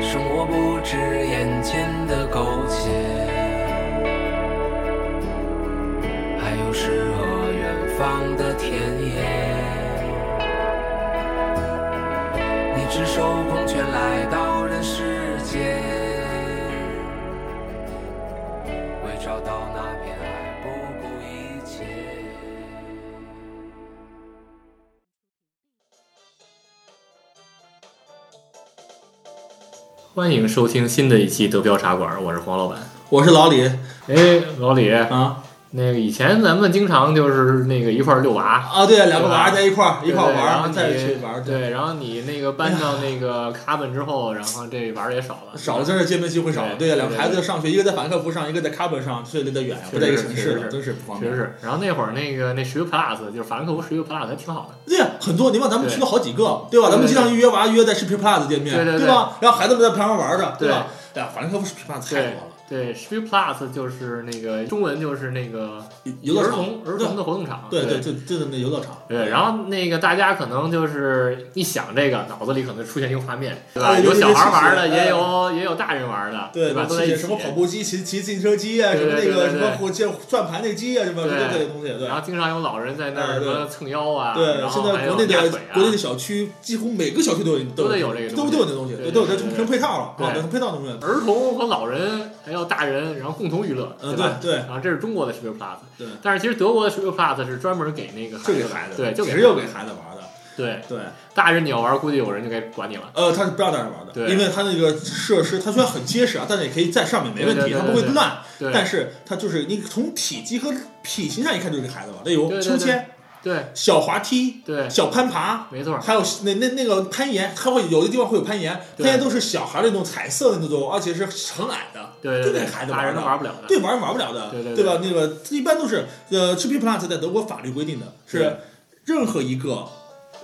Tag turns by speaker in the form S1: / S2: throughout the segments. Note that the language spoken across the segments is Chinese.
S1: 生活不止眼前的苟且，还有诗和远方的田野。你赤手空拳来到人世间，为找到那片爱不顾一切。
S2: 欢迎收听新的一期德标茶馆，我是黄老板。
S3: 我是老李
S2: 哎，老李，
S3: 啊
S2: 那个以前咱们经常就是那个一块儿遛娃，
S3: 啊，对，两个娃在一块儿一
S2: 对
S3: 块儿
S2: 然
S3: 玩
S2: 后
S3: 儿，
S2: 你
S3: 再去玩儿，对，
S2: 对，然后你那个搬到那个卡本之后，然后这玩儿也少了，
S3: 少了真是见面机会少了。
S2: 对
S3: 对，啊两个
S2: 对
S3: 孩子上学，一个在法克福上，一个在喀本上，距离得远，不
S2: 确实
S3: 在一个城
S2: 确
S3: 市
S2: 实
S3: 了，真是不方
S2: 确实
S3: 便。
S2: 是。然后那会儿那个那十个 plus 就是法兰克福十个 plus 还挺好的，
S3: 对，啊很多，你看咱们
S2: 对
S3: 去了好几个，对吧？咱
S2: 对
S3: 们
S2: 对
S3: 经常约娃约在视频 Plus 见面，
S2: 对对对
S3: 吧？然后孩子们在旁边玩着，
S2: 对
S3: 吧？哎呀，法兰克福视频 Plus 太多了，
S2: 对，十个 plus 就是那个中文就是那个
S3: 游乐
S2: 儿
S3: 场，
S2: 童儿童的活动场，
S3: 对
S2: 对
S3: 对，就就那游乐场。
S2: 对，然后那个大家可能就是一想这个，脑子里可能出现一个画面，对吧？
S3: 哎
S2: 有小孩玩的，
S3: 有有哎
S2: 也有也有大人玩的，
S3: 对
S2: 吧？都在一起。
S3: 什么跑步机、骑骑自行车机啊，
S2: 对
S3: 什么那
S2: 对对
S3: 个
S2: 对
S3: 什么火箭转盘那机啊，什么
S2: 对
S3: 什么这类东西，对
S2: 然。后经常有老人在那儿
S3: 哎
S2: 什
S3: 对
S2: 么蹭腰啊，
S3: 对，
S2: 然
S3: 现
S2: 后还
S3: 在
S2: 有
S3: 国内
S2: 压
S3: 的
S2: 腿啊，
S3: 国内的小区几乎每个小区都有
S2: 都得
S3: 有
S2: 有这个东
S3: 都
S2: 西
S3: 都有这东西，
S2: 对
S3: 都有
S2: 对
S3: 这
S2: 对
S3: 成配套了
S2: 对
S3: 啊，成配套东西。
S2: 儿童和老人还有大人，然后共同娱乐，
S3: 嗯，
S2: 吧？
S3: 对对
S2: 然后这是中国的 s u p e Plus，
S3: 对，
S2: 但是其实德国的 s u p e Plus 是专门给那个
S3: 就
S2: 孩
S3: 给
S2: 子的，
S3: 孩子，
S2: 对，就
S3: 只
S2: 给
S3: 是又给孩子玩的。
S2: 对
S3: 对，
S2: 大人你要玩，估计有人就该管你了，
S3: 呃，他是不让大人玩的，
S2: 对
S3: 因为他那个设施，它虽然很结实啊，但是也可以在上面没问
S2: 对对
S3: 题，
S2: 对
S3: 它不会
S2: 对
S3: 乱。
S2: 对
S3: 但是它就是你从体积和体型上一看就是给孩子玩的，
S2: 对
S3: 有
S2: 对
S3: 秋千、
S2: 对
S3: 小滑梯、
S2: 对，
S3: 小攀爬，
S2: 没错，
S3: 还有那那那个攀岩，它会有的地方会有攀岩，
S2: 对
S3: 攀岩都是小孩儿的那种彩色的那种，而且是很矮的，
S2: 对
S3: 就
S2: 对
S3: 给，孩子
S2: 大
S3: 玩
S2: 人都
S3: 的。
S2: 玩不了的，
S3: 对，玩儿玩不了的，
S2: 对对
S3: 对吧？那个一般都是呃 g p Plus 在德国法律规定的
S2: 对
S3: 是，任何一个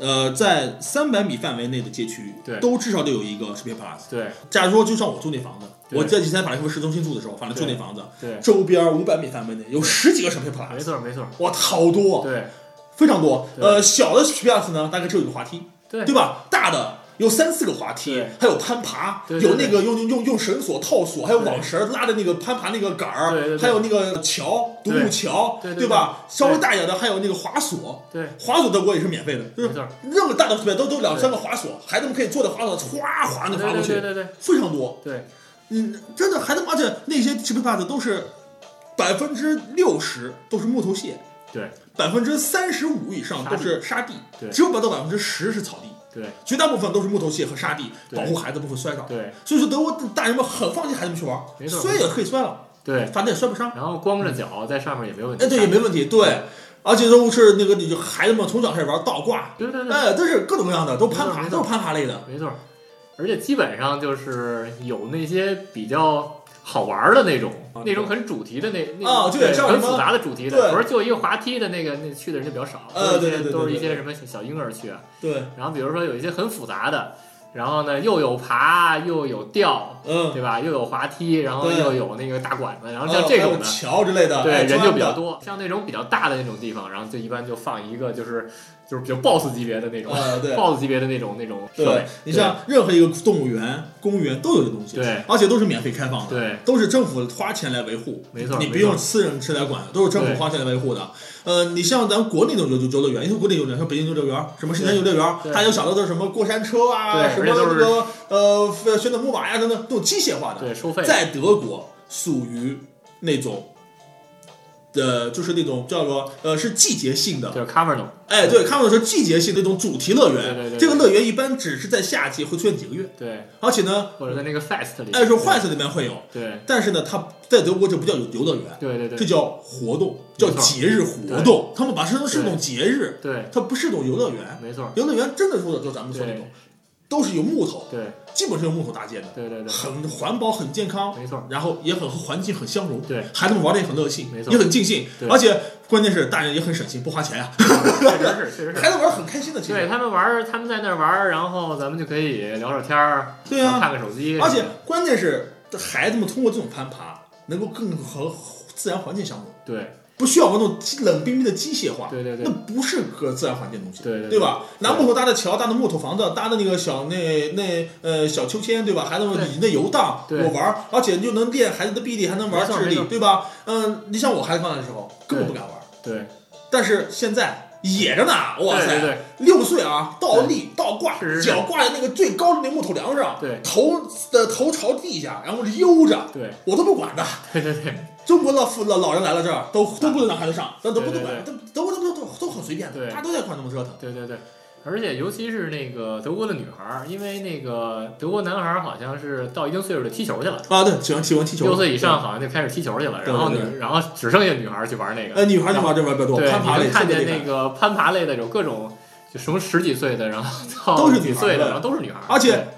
S3: 呃在三百米范围内的街区
S2: 对，
S3: 都至少得有一个 g p Plus。
S2: 对
S3: 假如说就像我住那房子，
S2: 对
S3: 我在以前法兰克福市中心住的时候，法兰克福
S2: 对
S3: 那房子
S2: 对，
S3: 周边五百米范围内有十几个 g p
S2: 没
S3: Plus，
S2: 错没错，
S3: 哇，好多，啊
S2: 对
S3: 非常多。
S2: 对
S3: 呃，小的 g p Plus 呢，大概只有一个滑梯，
S2: 对
S3: 对吧？大的有三四个滑梯
S2: 对，
S3: 还有攀爬，
S2: 对对
S3: 有那个用用用用绳索套索，还有网绳拉的那个攀爬那个杆
S2: 对对对
S3: 儿，还有那个桥独木桥，
S2: 对对对
S3: 吧？
S2: 对
S3: 稍微大一点的还有那个滑索，
S2: 对，
S3: 滑索德国也是免费的，就
S2: 没
S3: 是
S2: 错，
S3: 任何大的特别都都两三个滑索，孩子们可以坐在滑索唰滑
S2: 对
S3: 的滑过
S2: 对对
S3: 去，
S2: 对对
S3: 非常多。
S2: 对，
S3: 嗯，真的孩子们，而且那些 g p a 的都是百分之六十都是木头屑，
S2: 对，
S3: 百分之三十五以上都是沙地
S2: 对，
S3: 只有不到百分之十是草地。
S2: 对
S3: 绝大部分都是木头屑和沙地，
S2: 对
S3: 保护孩子不会摔倒。
S2: 对
S3: 所以说德国大人们很放心孩子们去玩
S2: 没，错
S3: 摔也可以摔了，
S2: 对，
S3: 反正也摔不伤。
S2: 然后光着脚在上面也没问题，
S3: 哎，对，也没问题。对，而且都是那个你就孩子们从小开始玩倒挂，
S2: 对对对，
S3: 哎，都是各种各样的，都攀
S2: 没
S3: 爬，
S2: 错
S3: 都是攀爬类的。
S2: 没错，而且基本上就是有那些比较好玩儿的那种，
S3: 啊
S2: 那种很主题的那那
S3: 啊
S2: 种
S3: 对像
S2: 很
S3: 什么
S2: 复杂的主题的，
S3: 对
S2: 不是就一个滑梯的那个那去的人就比较少，
S3: 呃
S2: 都是
S3: 对
S2: 一些
S3: 对对
S2: 都是
S3: 对
S2: 一
S3: 对
S2: 些什么小婴儿去啊。
S3: 对，
S2: 然后比如说有一些很复杂的，然后呢又有爬又有吊，
S3: 嗯，
S2: 对吧？又有滑梯，然后
S3: 对
S2: 又有那个大管子，然后
S3: 啊
S2: 像这
S3: 还有
S2: 种的。
S3: 桥之类的，
S2: 对，
S3: 哎
S2: 人就比较。
S3: 砖的
S2: 多，像那种比较大的那种地方，然后就一般就放一个就是就是比较 boss 级别的那种
S3: 啊对
S2: boss 级别的那种那种设备
S3: 对，，你像任何一个动物园、公园都有这东西，
S2: 对，
S3: 而且都是免费开放的。
S2: 对
S3: 都是政府花钱来维护，
S2: 没错
S3: 你不
S2: 没错
S3: 用私人是来管的，都是政
S2: 对
S3: 府花钱来维护的。呃，你像咱国内那种游游乐园，因为国内游乐园，像北京游乐园，什么深圳游乐园
S2: 对，
S3: 大家想到的什么过山车啊，
S2: 对
S3: 什么
S2: 而且都
S3: 那
S2: 是
S3: 个呃旋转木马呀等等，这种机械化的，
S2: 对，收费
S3: 在德国属于那种。呃，就是那种叫做呃是季节性的，
S2: 就是 Caverno，
S3: 哎，对，看到的是季节性那种主题乐园，
S2: 对对对对
S3: 这个乐园一般只是在夏季会出现几个月，
S2: 对，
S3: 而且呢，
S2: 或者在那个 Fest 里，
S3: 哎，说 f e s 里面会有，
S2: 对，
S3: 但是呢，它在德国这不叫游游乐园，
S2: 对对对
S3: 这
S2: 对
S3: 叫活动，
S2: 没
S3: 叫
S2: 错
S3: 节日活动。他们把它当成是一
S2: 对
S3: 种节日，
S2: 对，
S3: 它不是一种游乐园。
S2: 没错，
S3: 游乐园真的说的就咱们说的那
S2: 对
S3: 种，都是用木头，
S2: 对
S3: 基本是用木头搭建的，
S2: 对对对，
S3: 很环保、很健康，
S2: 没错
S3: 然后也很和环境很相融，
S2: 对，
S3: 孩子们玩的也很乐兴，
S2: 没错
S3: 也很尽兴，
S2: 对
S3: 而且关键是大人也很省心，不花钱啊，
S2: 确实是确实
S3: 孩子
S2: 是。
S3: 玩得很开心的，其
S2: 对
S3: 实，
S2: 他们玩儿，他们在那儿玩儿，然后咱们就可以聊聊天儿，
S3: 对啊
S2: 然后看看手机，
S3: 而且关键是孩子们通过这种攀爬，能够更和自然环境相融。
S2: 对
S3: 不需要玩那种冷冰冰的机械化，
S2: 对对对
S3: 那不是个自然环境的东西，
S2: 对对对
S3: 吧？拿木头搭的桥，搭的木头房子，搭的那个小那那呃小秋千，对吧？孩子们
S2: 对
S3: 你那游荡，
S2: 对
S3: 我玩儿，而且你就能练孩子的臂力，还能玩
S2: 没错
S3: 智
S2: 没
S3: 力
S2: 错，
S3: 对吧？嗯，你像我孩子刚来的时候根本不敢玩，
S2: 对
S3: 但是现在。野着呢，哇
S2: 对对
S3: 塞
S2: 对！
S3: 六岁啊，倒立倒挂
S2: 是是，是
S3: 脚挂在那个最高的那木头梁上，
S2: 对
S3: 头的头朝地下，然后悠着，
S2: 对
S3: 我都不管的。
S2: 对对对
S3: 中国老父老老人来了这儿，都都不能让孩子上，都都不
S2: 对
S3: 都
S2: 对
S3: 管，都都都都都都很随便的，
S2: 对
S3: 大家都在管这么折腾。
S2: 对对对，而且尤其是那个德国的女孩儿，因为那个德国男孩儿好像是到一定岁数就踢球去了，
S3: 啊，对，喜欢喜欢踢球，
S2: 六岁以上好像就开始踢球去了，
S3: 对
S2: 然后
S3: 对
S2: 女然后只剩下女孩儿去玩那
S3: 对，
S2: 个，
S3: 呃，女孩就玩这玩比较多，
S2: 对，
S3: 攀爬
S2: 你
S3: 类
S2: 能看
S3: 特
S2: 见
S3: 别厉
S2: 那
S3: 害
S2: 个攀爬类的有各种，就什么十几岁的，然后到
S3: 都是
S2: 几
S3: 女孩
S2: 岁
S3: 对
S2: 的，然后都是女孩儿，
S3: 而且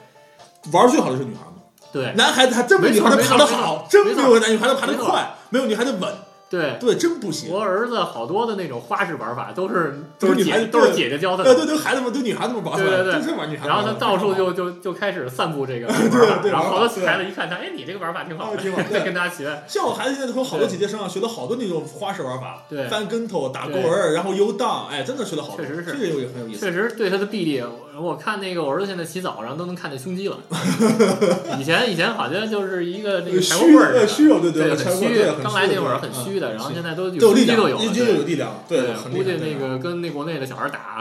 S3: 玩儿最好的是女孩嘛，
S2: 对
S3: 男孩子还真没女孩子
S2: 没错
S3: 爬得
S2: 没错
S3: 好，真
S2: 没
S3: 没
S2: 错
S3: 有男女孩子爬得
S2: 没错
S3: 快，没有女孩子稳，
S2: 对。
S3: 对，真不行。
S2: 我儿子好多的那种花式玩法都是
S3: 都是
S2: 都是
S3: 女孩子
S2: 姐都是姐姐教他
S3: 呃，
S2: 的，
S3: 对对，孩子们对女孩子们玩儿出
S2: 对
S3: 来，
S2: 对对
S3: 真是玩女孩子玩儿出来。
S2: 然后他到处就就就开始散布这个玩
S3: 对
S2: 法，
S3: 对
S2: 然后好
S3: 玩
S2: 多
S3: 法对
S2: 孩子一看他，哎，你这个玩法挺好
S3: 啊
S2: 的
S3: 挺好，对
S2: 再 跟他学，
S3: 像我孩子现在从好多
S2: 对
S3: 姐姐身上学了好多那种花式玩法，
S2: 对
S3: 翻跟头、打滚儿，然后游荡，哎，真的学了好多，
S2: 确实是
S3: 这个也很有意思。
S2: 确实对他的臂力，我我看那个我儿子现在洗澡，然后都能看见胸 肌了。以前以前好像就是一个那个柴火
S3: 虚
S2: 棍儿似
S3: 呃
S2: 的，
S3: 虚有对
S2: 对，
S3: 很
S2: 很
S3: 虚
S2: 虚
S3: 的，。
S2: 刚来那会儿很
S3: 虚
S2: 虚的，然后现在都
S3: 的，嗯都有
S2: 有
S3: 力
S2: 胸肌
S3: 量，
S2: 都有了。
S3: 已经有
S2: 对
S3: 力量了，
S2: 对，
S3: 很厉害
S2: 估计
S3: 对
S2: 那个跟那国内的小孩 打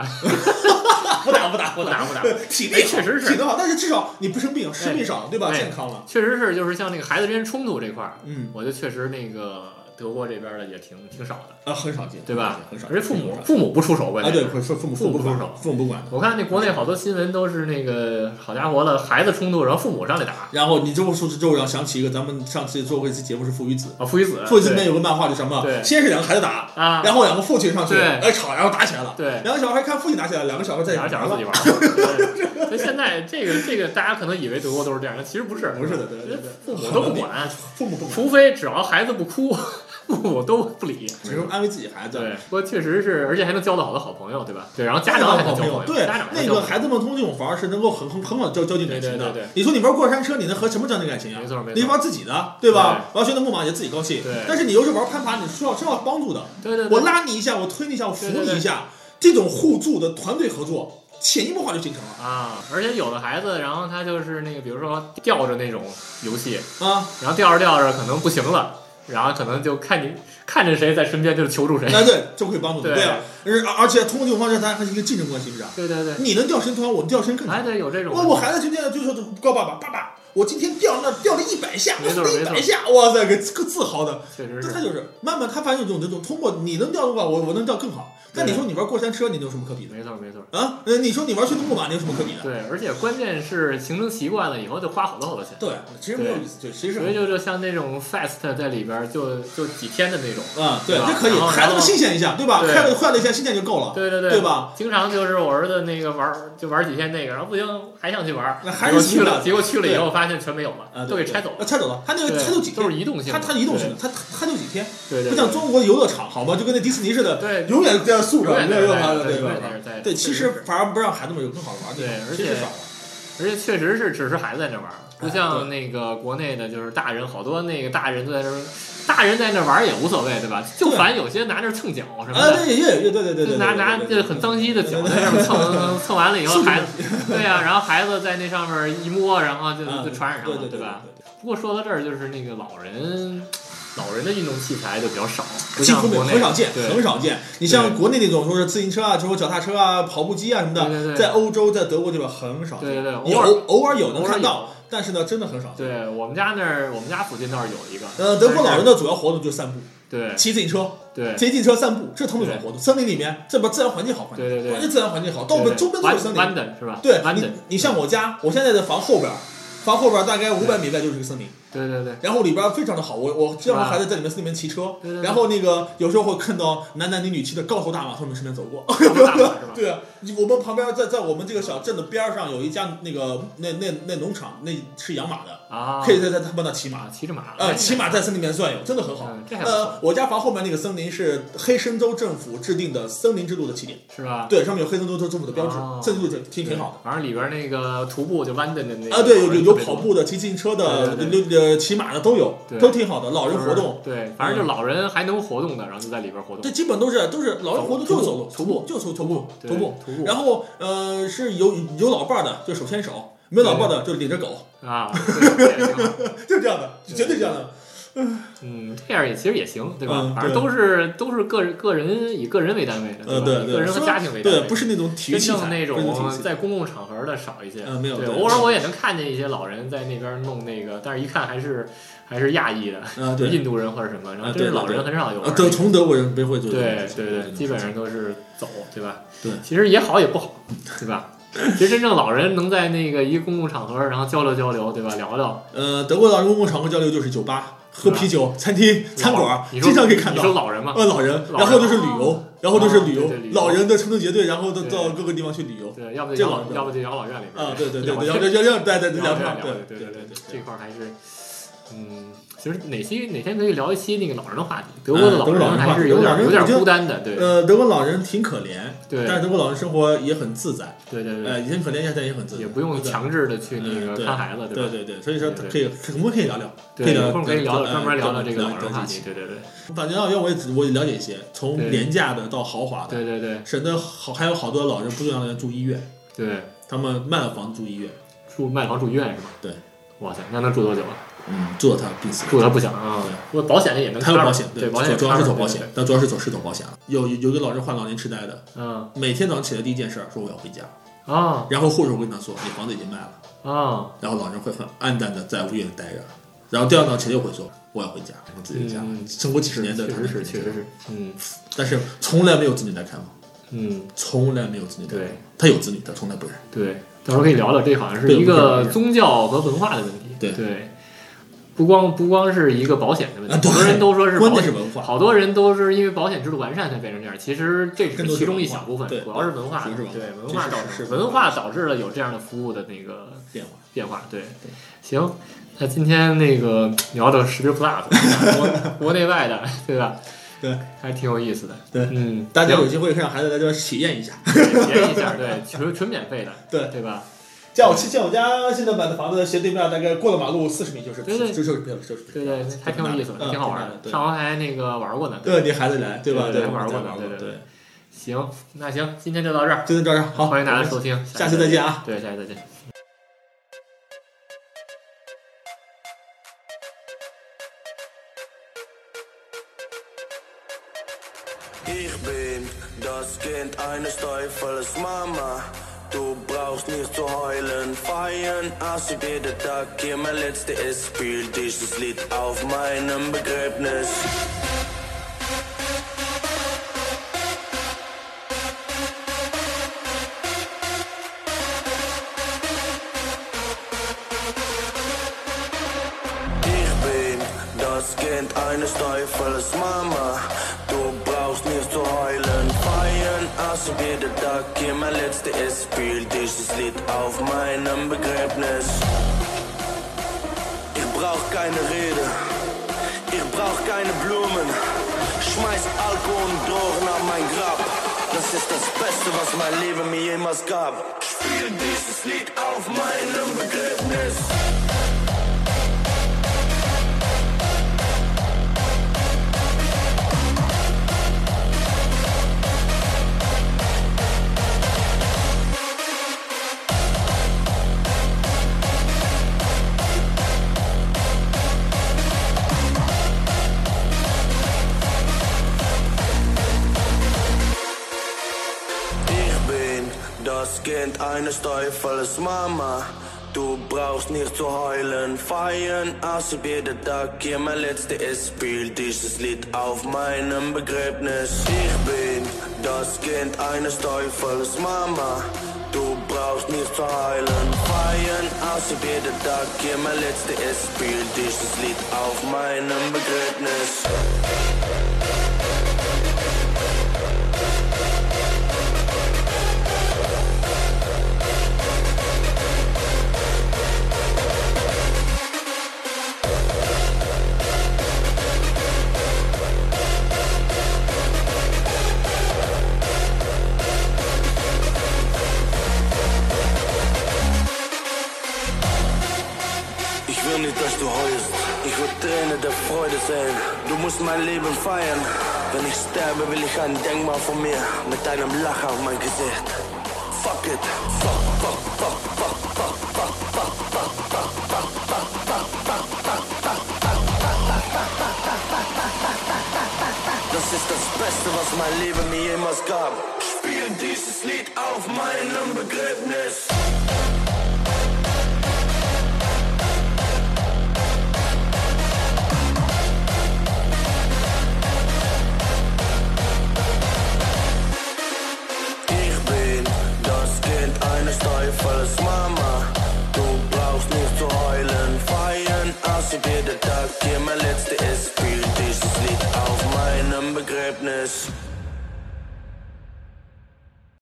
S3: 不打不打
S2: 不打不打，
S3: 对体力好
S2: 哎确实是
S3: 体力好，但是至少你不生病，生病少对吧？
S2: 哎
S3: 健康了，
S2: 确实是就是像那个孩子之间冲突这块儿，
S3: 嗯
S2: 我觉得确实那个德国这边的也挺挺少的，
S3: 啊，很少见，
S2: 对吧？
S3: 嗯很少见，
S2: 而且父
S3: 很
S2: 母
S3: 少见
S2: 父母不出手，关
S3: 啊，
S2: 键
S3: 对，
S2: 是
S3: 父父母
S2: 父
S3: 母
S2: 母
S3: 不
S2: 不
S3: 管
S2: 出手，
S3: 父母不管的。
S2: 我看那国内好多新闻都是那个好家伙了，孩子冲突，然后父母上来打
S3: 然后你这么说之后，让我想起一个咱们上次做过一期节目是父与子，
S2: 啊，父与子，
S3: 父与子里面
S2: 对
S3: 有个漫画，就什么，
S2: 对
S3: 先是两个孩子打，
S2: 啊，
S3: 然后两个父亲上去，
S2: 对
S3: 哎吵，然后打起来了。
S2: 对，
S3: 两个小孩看父亲打起来，两个小孩在
S2: 俩小孩自己
S3: 了。
S2: 玩儿。所以现在这个这个，大家可能以为德国都是这样，但其实不是，
S3: 不是的，对对对，
S2: 父母都不管，
S3: 父母不管，
S2: 除非只要孩子不哭，父母都不理。
S3: 只是安慰自己孩子。
S2: 对，不过确实是，而且还能交到好的好朋友，对吧？对，然后家长还能交朋友，
S3: 对
S2: 家长还能
S3: 那
S2: 交
S3: 个
S2: 朋友
S3: 孩子们通过这种玩儿是能够很很很好交交进感情的。
S2: 对对对对
S3: 你说你玩过山车，你能和什么交进感情啊
S2: 没？错没
S3: 你
S2: 错，
S3: 玩自己的，对吧？玩旋转木马也自己高兴，
S2: 对
S3: 但是你又是玩攀爬，你需要需要帮助的。
S2: 对对
S3: 我
S2: 对，
S3: 拉你一下，我推你一下，我扶
S2: 对对
S3: 你
S2: 对
S3: 一下，这种互助的团队合作，潜移默化就形成了
S2: 啊，而且有的孩子，然后他就是那个，比如说吊着那种游戏，
S3: 啊！
S2: 然后吊着吊着可能不行了，然后可能就看你看着谁在身边就求助谁。
S3: 那对，这会帮助你，
S2: 对
S3: 对啊。而而且通过这种方式，大家还是一个竞争关系，是不是啊？
S2: 对对对，
S3: 你能掉身团，我能掉身更
S2: 哎
S3: 难。
S2: 对，有这种。
S3: 我我孩子今天就说告爸爸，爸爸，我今天掉那儿掉了一百下，
S2: 没错
S3: 一
S2: 没错
S3: 百下，哇塞，给个自豪的。
S2: 确实
S3: 那
S2: 是
S3: 他。就是慢慢他发现有种这种通过你能钓的话，我我能钓更好。那你
S2: 对
S3: 说你玩过山车，你有什么可比的
S2: 没错没错，
S3: 啊？呃，你说你玩旋转木马，你有什么可比的？
S2: 对，而且关键是形成习惯了以后，就花好多好多钱。
S3: 对，其实没有意思，对，其实
S2: 所以就就像那种 fast 在里边儿就就几天的那种。
S3: 啊，对，
S2: 对吧
S3: 这可以，
S2: 然后
S3: 孩子
S2: 然
S3: 们
S2: 后
S3: 新鲜一下，对吧？
S2: 对
S3: 快乐快乐一下，新鲜就够了。
S2: 对对对，
S3: 对吧？
S2: 经常就是我儿子那个玩儿就玩儿几天那个，然后不行还想去玩儿，
S3: 那还是
S2: 结果
S3: 新
S2: 去
S3: 的
S2: 了，结果去了以
S3: 对
S2: 后发现全没有了，
S3: 啊，
S2: 都
S3: 对
S2: 给拆走
S3: 啊
S2: 了。
S3: 拆走了。他那个
S2: 对
S3: 他就几
S2: 都
S3: 天
S2: 是，移动性
S3: 他
S2: 的，
S3: 他移动性的，他他他就几天，
S2: 对，对
S3: 不
S2: 对
S3: 像中国游乐场好吧，就跟那迪士尼似的，
S2: 对对，
S3: 永远在素
S2: 永
S3: 着，
S2: 远
S3: 没有用
S2: 在
S3: 法，
S2: 对
S3: 对
S2: 永
S3: 吧
S2: 远？在在
S3: 对，其
S2: 确
S3: 实反而不让孩子们有更好玩的地方，
S2: 对
S3: 其实
S2: 而且
S3: 少了。
S2: 而且确实是只是孩子在那玩儿，不
S3: 哎
S2: 像那个国内的，就是大人好多那个大人在那儿，大人在那玩儿也无所谓，对吧？就烦有些拿着蹭脚什么
S3: 啊，
S2: 的，
S3: 对，也有，对对对对
S2: 就
S3: 对，
S2: 拿拿
S3: 对
S2: 这很脏兮的脚在上面蹭蹭蹭完了以后，孩子对呀、然后孩子在那上面一摸，然后就
S3: 啊
S2: 就传染上
S3: 对
S2: 了，
S3: 对
S2: 吧？？
S3: 对
S2: 不过说到这儿，就是那个老人，老人的运动器材就比较少，不
S3: 几
S2: 像
S3: 乎没有，
S2: 国内
S3: 很少见，
S2: 对
S3: 很少见。你像国内那种说是自行车啊，之后脚踏车啊、跑步机啊什么的，
S2: 对对对
S3: 在欧洲、在德国这边很少见，
S2: 对对对，偶尔
S3: 有偶尔有能
S2: 偶尔
S3: 看到
S2: 有，
S3: 但是呢，真的很少见。
S2: 对我们家那儿，我们家附近倒是有一个，
S3: 呃，德国老人
S2: 的
S3: 的主要活动就是散步，
S2: 对
S3: 骑自行车，
S2: 对
S3: 骑自行车散步，这是他们的主要活动。森林里面，这边自然环境好，环境
S2: 对对对
S3: 关键自然环境好，到我们周边都
S2: 弯
S3: 有森
S2: 弯
S3: 林。
S2: 的是吧？
S3: 对
S2: 弯的
S3: 你，你像我家，我现在的房后边儿，房后边儿大概五百米外就是个森林，
S2: 对对对，
S3: 然后里边非常的好，我我经常
S2: 是吧
S3: 孩子在里面里面骑车
S2: 对对，对
S3: 然后那个有时候会看到男男女女骑着高头大马从我们身边走过。
S2: 大马大马是吧？
S3: 对啊，我们旁边在在我们这个小镇的边儿上有一家那个那那那农场，那是养马的，
S2: 啊，
S3: 可以在在他们那骑
S2: 啊
S3: 马。
S2: 骑着马，
S3: 呃，骑马在森林里面转悠，真的很好
S2: 嗯。这还不错
S3: 呃，我家房后面那个森林是黑森州政府制定的森林制度的起点，
S2: 是吧？
S3: 对，上面有黑森州政府的标志
S2: 哦，
S3: 森林制度挺挺好的。
S2: 的。反正里边那个徒步就弯的那那
S3: 啊，对，有有有跑，步的、骑自行车的、
S2: 对
S3: 有有呃骑马的都有
S2: 对，
S3: 都挺好的。老
S2: 老
S3: 人活动，嗯
S2: 对，反正就老人还能活动的，然后就在里边活动
S3: 这。基本都是都是老人活动就是走路，
S2: 徒步
S3: 就是徒步
S2: 对
S3: 徒步。
S2: 徒步，
S3: 然后呃是有有老伴儿的就手牵手，没有老伴儿的就领着狗，
S2: 啊，对这也挺好
S3: 就是这样的，
S2: 对
S3: 绝对这样的。
S2: 嗯，这样也其实也行，对吧？
S3: 嗯
S2: 反正
S3: 对
S2: 都是都是个人个人以个人为单位的，
S3: 呃，
S2: 吧？
S3: 对
S2: 以个
S3: 对，
S2: 人和家庭为单位，
S3: 对，不
S2: 是
S3: 是那种体育
S2: 真
S3: 器
S2: 正
S3: 材，不是那
S2: 那
S3: 种体
S2: 种
S3: 育器材
S2: 在公共场合的少一些。
S3: 嗯没有
S2: 对，
S3: 对
S2: 偶尔我也能看见一些老人在那边弄那个，但是一看还是还是亚裔的，
S3: 啊，对，
S2: 印度人或者什么，然后
S3: 啊
S2: 真是
S3: 对对
S2: 老人
S3: 对
S2: 很少有
S3: 啊
S2: 玩。
S3: 德从德国人不会做这种
S2: 对
S3: 事情，
S2: 对对，基本上
S3: 对
S2: 都是走，对吧？
S3: 对
S2: 其实也好也不好，对吧？其实真正老人能在那个一个公共场合，然后交流交流，对吧？聊聊
S3: 呃，德国的公共场合交流就是酒吧、喝啤酒、餐厅、餐馆
S2: 老，你说
S3: 经常可以看
S2: 你说
S3: 到。
S2: 老人嘛，
S3: 呃，老人，
S2: 老人
S3: 然后就是旅游，然后就是旅游
S2: 哦对对旅，游
S3: 老人的成群结队，然后都
S2: 对
S3: 到各个地方去旅游。
S2: 对，要不
S3: 这
S2: 就养
S3: 老
S2: 老，要不就养老院里边
S3: 啊，对对对
S2: 要不
S3: 对，要要要，对对对，
S2: 聊
S3: 聊上，
S2: 聊
S3: 对
S2: 对
S3: 对
S2: 对，这
S3: 对。
S2: 块儿还是，嗯，其实哪期哪天可以聊一期那个老人的话题，德国的
S3: 嗯德
S2: 老
S3: 国老人
S2: 人
S3: 话
S2: 还
S3: 题
S2: 是有
S3: 德国
S2: 点
S3: 老人
S2: 有点
S3: 我觉得
S2: 孤单的，对
S3: 呃，德国老人挺可怜，
S2: 对
S3: 但是德国老人生活也很自在，
S2: 对对对，
S3: 呃，也很可怜，现在也很自在，
S2: 也不用强制的去那个
S3: 嗯对
S2: 看孩子，
S3: 对
S2: 吧？
S3: 对对，所以说
S2: 对对
S3: 可以，我们可以聊聊，可以
S2: 对，
S3: 聊，
S2: 有空可以聊聊，
S3: 对
S2: 专门聊聊这个
S3: 对
S2: 老人话
S3: 对
S2: 题，对对对
S3: 反正奥运我也只我也了解一些，从
S2: 对
S3: 廉价的到豪华的，
S2: 对对对
S3: 省得好还有好多老人不重要的人住医院，
S2: 对，
S3: 他们卖了房住医院，
S2: 住卖房住医院是吧？
S3: 对，
S2: 哇塞，那能住多久啊？
S3: 嗯，住到他病死。
S2: 住他不想啊，我保险也
S3: 嗯
S2: 能
S3: 他有保险，
S2: 对，
S3: 主
S2: 保险
S3: 主要是走
S2: 走
S3: 保险，，但主要是走是走保险啊。有有有个老人患老年痴呆的，
S2: 嗯
S3: 每天早上起来第一件事儿说我要回家，
S2: 啊
S3: 然后护士会跟他说你房子已经卖了，
S2: 啊，
S3: 然后老人会很暗淡的在屋院待着，然后第二天早上起来又会说我要回家，我自己的家，
S2: 嗯
S3: 生活几十
S2: 确
S3: 年的，
S2: 实是确实是，嗯
S3: 但是从来没有子女来看望，
S2: 嗯，
S3: 从来没有子女来看望
S2: 对。
S3: 他有子女，他从来不认。
S2: 对，到时候可以聊聊，这好像是一个宗教和文化的问题。
S3: 对
S2: 不光不光是一个保险的问题，
S3: 啊对
S2: 好多人都说是
S3: 关
S2: 保
S3: 键是
S2: 险，
S3: 文化，
S2: 好多人都是因为保险制度完善才变成这样。其实这只
S3: 更多
S2: 是
S3: 是
S2: 其中
S3: 文
S2: 一
S3: 化
S2: 小部分，
S3: 对
S2: 主要是文化，
S3: 主要是文化
S2: 对文
S3: 这
S2: 化
S3: 是
S2: 导
S3: 是
S2: 致
S3: 是
S2: 文化导致了有这样的服务的那个
S3: 变化。
S2: 变化。对
S3: 对，
S2: 行，那今天那个聊到识别 Plus，国 国内外的，对吧？
S3: 对，
S2: 还挺有意思的。
S3: 对
S2: 嗯，
S3: 大家
S2: 行
S3: 有机会可以让孩子来这边体验一下。
S2: 体验一下，对，纯纯免费的，
S3: 对
S2: 对吧？
S3: 像我亲像我家现在买的房子斜对面，大概过了马路四十米就是
S2: 对对
S3: 就就是就是就是
S2: 对对，还挺有意思的，
S3: 嗯
S2: 挺好玩的。
S3: 对
S2: 上回还那个玩过呢。
S3: 对，你孩子来对吧？
S2: 对对
S3: 我们
S2: 玩过
S3: 家
S2: 的
S3: 玩
S2: 对
S3: 过，
S2: 对行，那行，今天就到这儿，
S3: 就到这儿，好，
S2: 欢迎大家收听，
S3: 下次再见啊。
S2: 对，下期再见。
S4: Ich bin das Kind eines Teufels Mama. Du brauchst nicht zu heulen, feiern, als ich jeden Tag hier mein letzter ist, spiel dieses Lied auf meinem Begräbnis. Ich bin das Kind eines Teufels Mama. Du brauchst nicht zu heulen, feiern, als ob jeder Tag hier mein letzter ist. Spiel dieses Lied auf meinem Begräbnis. Ich brauch keine Rede, ich brauch keine Blumen. Schmeiß Alkohol und Drogen an mein Grab. Das ist das Beste, was mein Leben mir jemals gab. Spiel dieses Lied auf meinem Begräbnis. Ich bin das Kind eines Teufels Mama. Du brauchst nicht zu heulen, feiern, als ob jeder Tag hier mein letzter ist. Spiel dieses Lied auf meinem Begräbnis. Ich bin das Kind eines Teufels Mama. Du brauchst braucht nicht zu heulen. Feiern aus wie jeder Tag, hier mein letzter ist. Spiel dieses Lied auf meinem Begräbnis. Ich will nicht, dass du heulst. Ich will Tränen der Freude sehen. Du musst mein Leben feiern. Wenn ich sterbe, will ich ein Denkmal von mir mit einem Lachen auf mein Gesicht. Fuck it. Fuck, fuck, fuck, fuck, fuck, fuck, fuck, fuck, fuck, fuck, fuck, fuck, fuck, fuck, fuck, fuck, fuck. Das ist das Beste, was mein Leben mir jemals gab. Spiel dieses Lied auf meinem Begräbnis. Ich bin das Kind eines Teufels, Mama. Du brauchst nicht zu heulen, feiern aus jeder Tag. Hier mein letzter ist, spiel dieses Lied auf meinem Begräbnis.